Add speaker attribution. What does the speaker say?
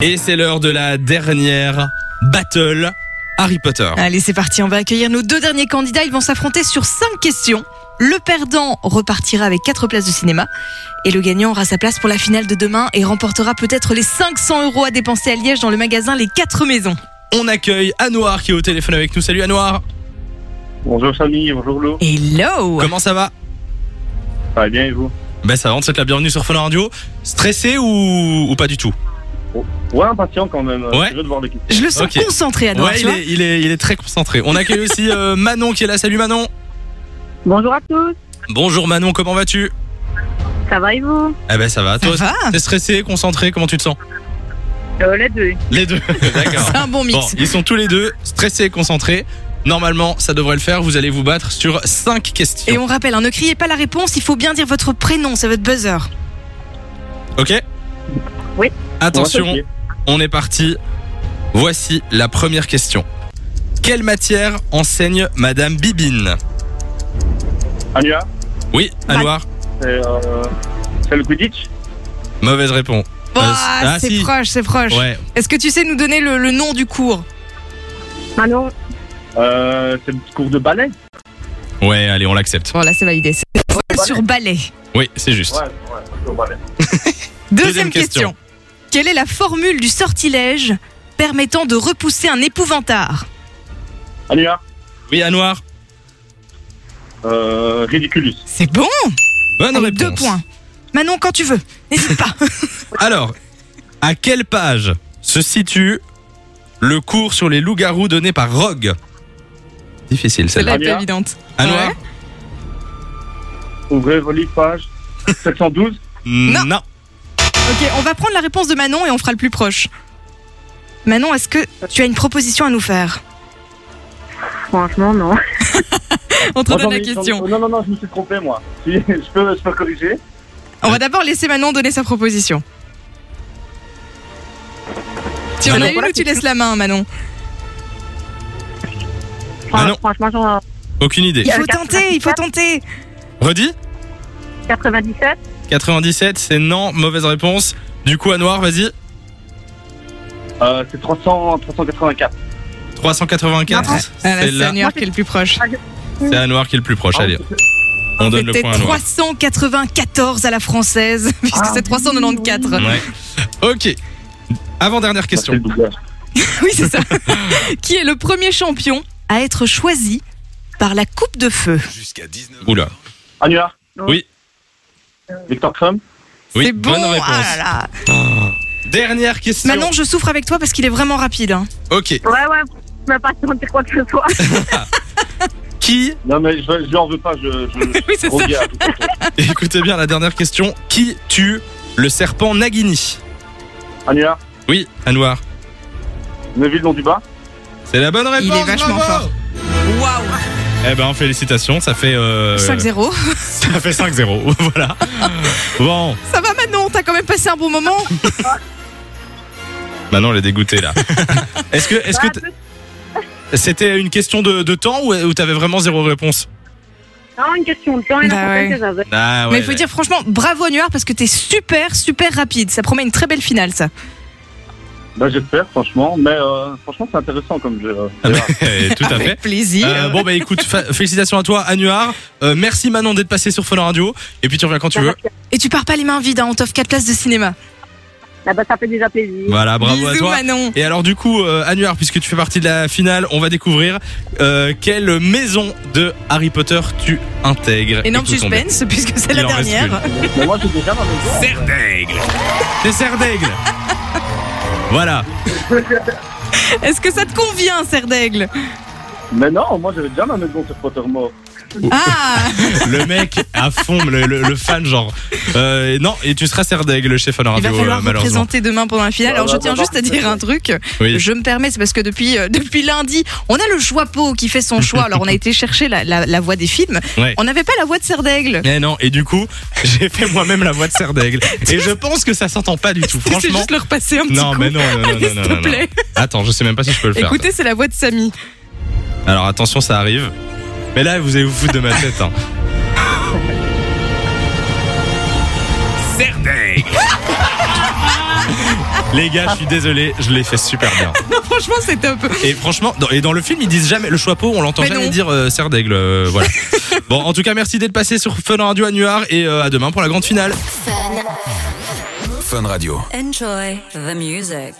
Speaker 1: Et c'est l'heure de la dernière battle Harry Potter.
Speaker 2: Allez, c'est parti, on va accueillir nos deux derniers candidats. Ils vont s'affronter sur cinq questions. Le perdant repartira avec quatre places de cinéma. Et le gagnant aura sa place pour la finale de demain et remportera peut-être les 500 euros à dépenser à Liège dans le magasin Les Quatre Maisons.
Speaker 1: On accueille Anouar qui est au téléphone avec nous. Salut Anouar,
Speaker 3: Bonjour Samy, bonjour Lou.
Speaker 2: Hello
Speaker 1: comment ça va
Speaker 3: Ça va bien et vous
Speaker 1: Ben ça va, on te souhaite la bienvenue sur Fun Radio. Stressé ou, ou pas du tout
Speaker 3: Ouais, impatient quand même. euh,
Speaker 1: Ouais.
Speaker 3: Curieux de voir l'équipe.
Speaker 2: Je le sens
Speaker 1: Ok.
Speaker 2: concentré, Adam.
Speaker 1: Ouais,
Speaker 2: tu
Speaker 1: il
Speaker 2: vois.
Speaker 1: est, il, est, il est très concentré. On accueille aussi euh, Manon qui est là. Salut Manon
Speaker 4: Bonjour à tous,
Speaker 1: Bonjour Manon, comment vas-tu
Speaker 4: ça va et vous
Speaker 1: Eh ben ça va,
Speaker 2: Ça
Speaker 1: toi
Speaker 2: va
Speaker 1: T'es stressé, concentré, comment tu te sens
Speaker 4: euh, Les deux.
Speaker 1: Les deux. D'accord.
Speaker 2: C'est un bon mix.
Speaker 1: Bon, ils sont tous les deux stressés et concentrés. Normalement, ça devrait le faire. Vous allez vous battre sur cinq questions.
Speaker 2: Et on rappelle, hein, ne criez pas la réponse, il faut bien dire votre prénom, c'est votre buzzer.
Speaker 1: Euh, Ok
Speaker 4: Oui.
Speaker 1: Attention,
Speaker 3: Ouais, ok.
Speaker 1: on est parti. Voici la première question. Quelle matière enseigne Madame Bibine
Speaker 3: Ania,
Speaker 1: Oui, Anouar
Speaker 3: c'est euh, c'est le Quidditch
Speaker 1: Mauvaise réponse.
Speaker 2: Oh,
Speaker 1: Ah, ah,
Speaker 2: c'est
Speaker 1: si.
Speaker 2: proche, c'est proche.
Speaker 1: Ouais.
Speaker 2: Est-ce que tu sais nous donner le, le nom du cours
Speaker 4: Manon,
Speaker 3: euh, C'est le cours de ballet
Speaker 1: Ouais, allez, on l'accepte.
Speaker 2: Bon, là, c'est validé. C'est sur ballet.
Speaker 1: Oui, c'est juste.
Speaker 3: Ouais, ouais, c'est le cours de ballet.
Speaker 2: Deuxième,
Speaker 1: Deuxième question.
Speaker 2: question. Quelle est la formule du sortilège permettant de repousser un épouvantard
Speaker 3: Ania,
Speaker 1: Oui, Anouar
Speaker 3: euh, Ridiculus.
Speaker 2: C'est bon
Speaker 1: Bonne
Speaker 2: Allez,
Speaker 1: réponse.
Speaker 2: Deux points. Manon, quand tu veux, n'hésite pas.
Speaker 1: Alors, à quelle page se situe le cours sur les loups-garous donné par Rogue Difficile, celle-là.
Speaker 3: Celle-là est pas
Speaker 2: évidente.
Speaker 1: Anouar
Speaker 2: Ouais.
Speaker 3: Ouvrez vos livres, page 712.
Speaker 2: Non. Ok, on va prendre la réponse de Manon et on fera le plus proche. Manon, est-ce que tu as une proposition à nous faire
Speaker 4: franchement, non.
Speaker 2: On te
Speaker 3: Moi,
Speaker 2: donne
Speaker 3: j'en
Speaker 2: la
Speaker 3: ai- j'en ai-
Speaker 2: question.
Speaker 3: Non, non, non, je me suis trompé moi. Si, je, peux, je peux corriger.
Speaker 2: On va d'abord laisser Manon donner sa proposition. Tu en
Speaker 1: Manon.
Speaker 2: as une ou tu laisses la main, Manon
Speaker 4: Fran-
Speaker 1: Manon.
Speaker 4: Franchement, j'en
Speaker 1: Aucune idée.
Speaker 2: Il
Speaker 4: y a
Speaker 2: faut
Speaker 4: le
Speaker 2: tenter, il faut tenter.
Speaker 1: Redis
Speaker 4: 97,
Speaker 1: 97, c'est non, mauvaise réponse. Du coup, à noir, vas-y.
Speaker 3: Euh, c'est 300 384.
Speaker 1: 384.
Speaker 2: Ah, là,
Speaker 1: c'est là,
Speaker 2: Seigneur qui est le plus proche.
Speaker 1: c'est à noir qui est le plus proche.
Speaker 3: Ah,
Speaker 1: Allez, on donne le
Speaker 2: C'était
Speaker 1: point à noir.
Speaker 2: 394 à la française, puisque
Speaker 3: Ah
Speaker 2: c'est 394. Oui,
Speaker 1: Ouais. Ok. Avant dernière
Speaker 3: C'est
Speaker 1: question.
Speaker 3: le doubleur.
Speaker 2: c'est ça. Qui est le premier champion à être choisi par la Coupe de Feu
Speaker 5: jusqu'à 19h.
Speaker 1: Oula.
Speaker 3: Ania
Speaker 1: Oui.
Speaker 3: Victor Trump
Speaker 1: Oui,
Speaker 2: C'est bon.
Speaker 1: bonne réponse.
Speaker 2: ah là là.
Speaker 1: Dernière question.
Speaker 2: Manon, je souffre avec toi parce qu'il est vraiment rapide. hein.
Speaker 1: Ok.
Speaker 4: ouais, ouais, je vais pas sentir quoi que ce soit.
Speaker 1: Qui
Speaker 3: Non, mais je, je lui en veux pas, je. je
Speaker 2: Oui, c'est ça.
Speaker 3: reviens à tout à fait.
Speaker 1: Écoutez bien la dernière question. Qui tue le serpent Nagini
Speaker 3: Ania,
Speaker 1: Oui, à noir.
Speaker 3: Neville Londuba.
Speaker 1: C'est la bonne réponse.
Speaker 2: Il est vachement
Speaker 1: bravo.
Speaker 2: fort. Waouh
Speaker 1: Eh ben, félicitations. Ça fait. euh,
Speaker 2: 5-0.
Speaker 1: Ça fait 5-0. voilà. Bon.
Speaker 2: Ça va Manon, t'as quand même passé un bon moment
Speaker 1: Ah Maintenant, elle est dégoûtée là. est-ce que, est-ce que
Speaker 4: Bah,
Speaker 1: t- c'était une question de, de temps ou, ou t'avais vraiment zéro réponse
Speaker 4: Non, une hein, question de temps, il y en
Speaker 2: Bah
Speaker 4: a
Speaker 2: ouais.
Speaker 4: certaines que j'avais.
Speaker 1: Ah
Speaker 2: Mais il faut dire franchement, bravo à Nuar parce que t'es super, super rapide. Ça promet une très belle finale ça.
Speaker 3: Bah, j'espère, franchement. Mais euh, franchement, c'est intéressant comme jeu. euh,
Speaker 1: Ah,
Speaker 3: c'est
Speaker 1: bah,
Speaker 3: rare.
Speaker 1: eh, Tout à fait.
Speaker 2: Avec plaisir.
Speaker 1: Euh, bon bah écoute, fa- félicitations à toi, Anuar. Euh, merci Manon d'être passé sur Fun Radio. Et puis tu reviens quand tu veux.
Speaker 2: Et tu pars pas les mains vides, hein, on t'offre 4 places de cinéma.
Speaker 4: Ah bah, ça fait déjà plaisir.
Speaker 1: Voilà, bravo
Speaker 2: Bisous
Speaker 1: à toi.
Speaker 2: Manon.
Speaker 1: Et alors du coup, euh, Anuar, puisque tu fais partie de la finale, on va découvrir euh, quelle maison de Harry Potter tu intègres.
Speaker 2: Énorme
Speaker 1: Écoutons bien.
Speaker 2: suspense puisque c'est
Speaker 1: Il
Speaker 2: la
Speaker 1: en reste
Speaker 2: dernière.
Speaker 3: Mais moi, j'ai déjà ma maison.
Speaker 1: C'est Serre d'Aigle. voilà.
Speaker 2: Est-ce que ça te convient, Serre d'Aigle
Speaker 3: Mais non, moi, j'avais déjà ma maison sur Pottermore.
Speaker 1: Oh.
Speaker 2: Ah
Speaker 1: Le mec à fond, le, le- le fan genre. Euh, non, et tu seras serre d'aigle chez Fun
Speaker 2: Il
Speaker 1: Radio,
Speaker 2: va
Speaker 1: euh,
Speaker 2: falloir me
Speaker 1: malheureusement.
Speaker 2: présenter demain pendant la finale.
Speaker 3: Bah,
Speaker 2: Alors, je
Speaker 3: bah,
Speaker 2: tiens
Speaker 3: bah,
Speaker 2: juste à
Speaker 3: bah,
Speaker 2: dire un truc.
Speaker 1: Oui.
Speaker 2: Je me permets, c'est parce que depuis, euh, depuis lundi, on a le Joapo qui fait son choix. Alors, on a été chercher la, la- la voix des films.
Speaker 1: Ouais.
Speaker 2: On n'avait pas la voix de Serre d'Aigle.
Speaker 1: Eh non, et du coup, j'ai fait moi-même la voix de serre d'aigle. Et je pense que ça s'entend pas du tout,
Speaker 2: Tu sais
Speaker 1: franchement.
Speaker 2: juste le repasser un petit
Speaker 1: Non,
Speaker 2: coup.
Speaker 1: mais non, non, non,
Speaker 2: Allez,
Speaker 1: non,
Speaker 2: s'il
Speaker 1: non,
Speaker 2: te
Speaker 1: non.
Speaker 2: plaît.
Speaker 1: Attends, je sais même pas si je peux le faire.
Speaker 2: Écoutez, c'est la voix de Samy.
Speaker 1: Alors attention, ça arrive. Mais là, vous allez vous foutre de ma tête. Hein. Les gars, je suis désolé, je l'ai fait super bien.
Speaker 2: Non, franchement, c'est top.
Speaker 1: Et franchement, dans, et dans le film, ils disent jamais le chapeau, on l'entend
Speaker 2: Mais
Speaker 1: jamais
Speaker 2: non.
Speaker 1: dire euh, serre d'aigle. euh, voilà. bon, en tout cas, merci d'être passé sur Fun Radio Annuar et euh, à demain pour la grande finale.
Speaker 5: Fun.
Speaker 6: Fun Radio.
Speaker 5: Enjoy the music.